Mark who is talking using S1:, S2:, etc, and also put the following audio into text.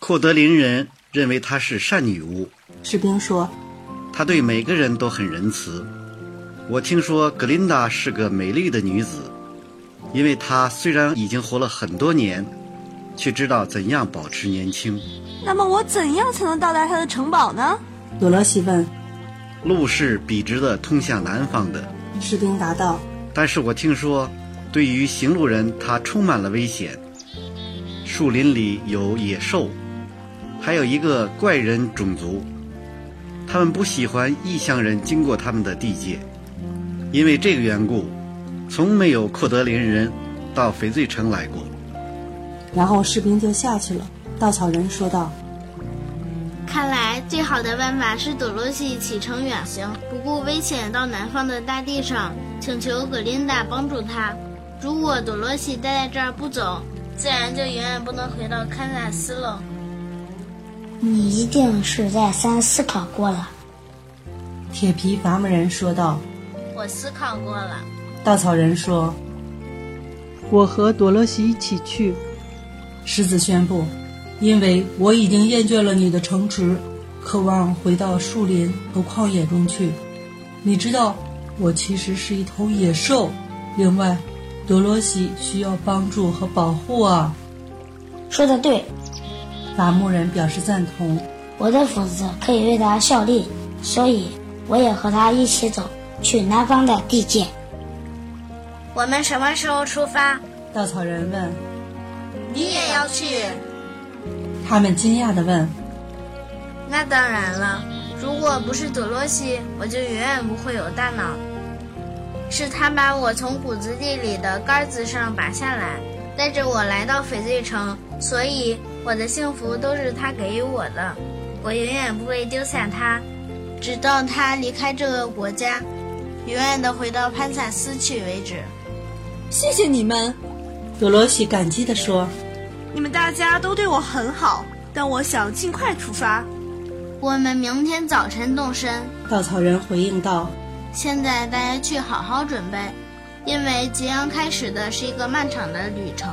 S1: 库德林人认为她是善女巫，
S2: 士兵说
S1: 她对每个人都很仁慈。我听说格琳达是个美丽的女子，因为她虽然已经活了很多年，却知道怎样保持年轻。
S3: 那么我怎样才能到达他的城堡呢？
S2: 罗罗西问。
S1: 路是笔直的通向南方的，
S2: 士兵答道。
S1: 但是我听说，对于行路人，它充满了危险。树林里有野兽，还有一个怪人种族，他们不喜欢异乡人经过他们的地界。因为这个缘故，从没有库德林人到翡翠城来过。
S2: 然后士兵就下去了。稻草人说道。
S4: 看来，最好的办法是朵洛西启程远行，不顾危险到南方的大地上，请求格琳达帮助他。如果朵洛西待在这儿不走，自然就永远不能回到堪萨斯了。
S5: 你一定是再三思考过了，
S2: 铁皮伐木人说道。
S4: 我思考过了，
S2: 稻草人说。
S6: 我和朵洛西一起去，
S2: 狮子宣布。因为我已经厌倦了你的城池，渴望回到树林和旷野中去。你知道，我其实是一头野兽。另外，德罗西需要帮助和保护啊。
S5: 说的对，
S2: 伐木人表示赞同。
S5: 我的斧子可以为他效力，所以我也和他一起走去南方的地界。
S4: 我们什么时候出发？
S2: 稻草人问。
S4: 你也要去？
S2: 他们惊讶地问：“
S4: 那当然了，如果不是朵洛西，我就永远不会有大脑。是他把我从谷子地里的杆子上拔下来，带着我来到翡翠城，所以我的幸福都是他给予我的。我永远不会丢下他，直到他离开这个国家，永远的回到潘萨斯去为止。”
S3: 谢谢你们，
S2: 朵洛西感激地说。
S3: 你们大家都对我很好，但我想尽快出发。
S4: 我们明天早晨动身。
S2: 稻草人回应道：“
S4: 现在大家去好好准备，因为即将开始的是一个漫长的旅程。”